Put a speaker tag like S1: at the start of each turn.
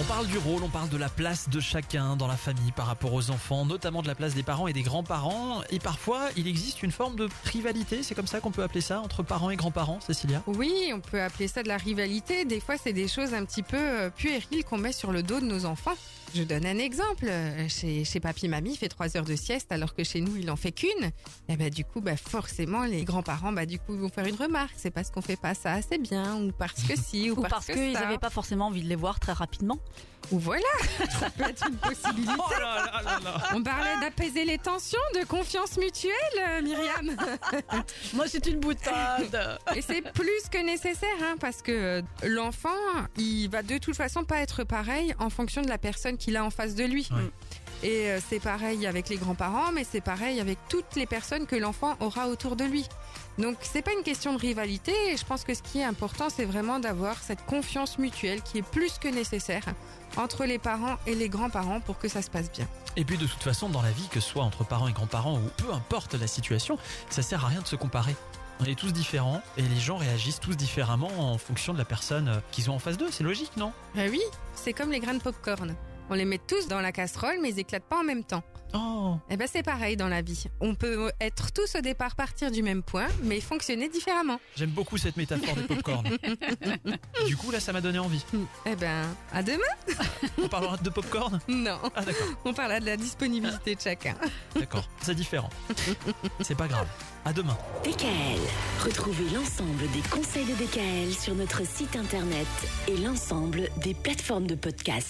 S1: On parle du rôle, on parle de la place de chacun dans la famille par rapport aux enfants, notamment de la place des parents et des grands-parents. Et parfois, il existe une forme de rivalité, c'est comme ça qu'on peut appeler ça, entre parents et grands-parents, Cécilia
S2: Oui, on peut appeler ça de la rivalité. Des fois, c'est des choses un petit peu euh, puériles qu'on met sur le dos de nos enfants. Je donne un exemple. Euh, Chez, chez papy-mamie, il fait trois heures de sieste alors que chez nous, il en fait qu'une. Et bah, du coup, bah, forcément, les grands-parents, bah, du coup, ils vont faire une remarque. C'est parce qu'on fait pas ça assez bien ou parce que si ou,
S3: Ou parce qu'ils
S2: ça.
S3: n'avaient pas forcément envie de les voir très rapidement.
S2: Ou voilà, ça peut être une possibilité.
S1: Oh là là là là
S2: On parlait d'apaiser les tensions, de confiance mutuelle, euh, Myriam.
S3: Moi, c'est une boutade.
S2: Et c'est plus que nécessaire, hein, parce que euh, l'enfant, il va de toute façon pas être pareil en fonction de la personne qu'il a en face de lui.
S1: Ouais.
S2: Et euh, c'est pareil avec les grands-parents, mais c'est pareil avec toutes les personnes que l'enfant aura autour de lui. Donc c'est pas une question de rivalité, et je pense que ce qui est important, c'est vraiment d'avoir cette confiance mutuelle qui est plus que nécessaire entre les parents et les grands-parents pour que ça se passe bien.
S1: Et puis de toute façon, dans la vie, que ce soit entre parents et grands-parents ou peu importe la situation, ça sert à rien de se comparer. On est tous différents et les gens réagissent tous différemment en fonction de la personne euh, qu'ils ont en face d'eux. C'est logique, non
S2: Ben oui, c'est comme les grains de popcorn. On les met tous dans la casserole, mais ils éclatent pas en même temps.
S1: Oh
S2: Eh ben c'est pareil dans la vie. On peut être tous au départ partir du même point, mais fonctionner différemment.
S1: J'aime beaucoup cette métaphore des popcorn. du coup, là, ça m'a donné envie.
S2: Eh ben, à demain
S1: On parlera de popcorn
S2: Non.
S1: Ah, d'accord.
S2: On parlera de la disponibilité de chacun.
S1: D'accord, c'est différent. C'est pas grave. À demain.
S4: DKL, retrouvez l'ensemble des conseils de DKL sur notre site internet et l'ensemble des plateformes de podcast.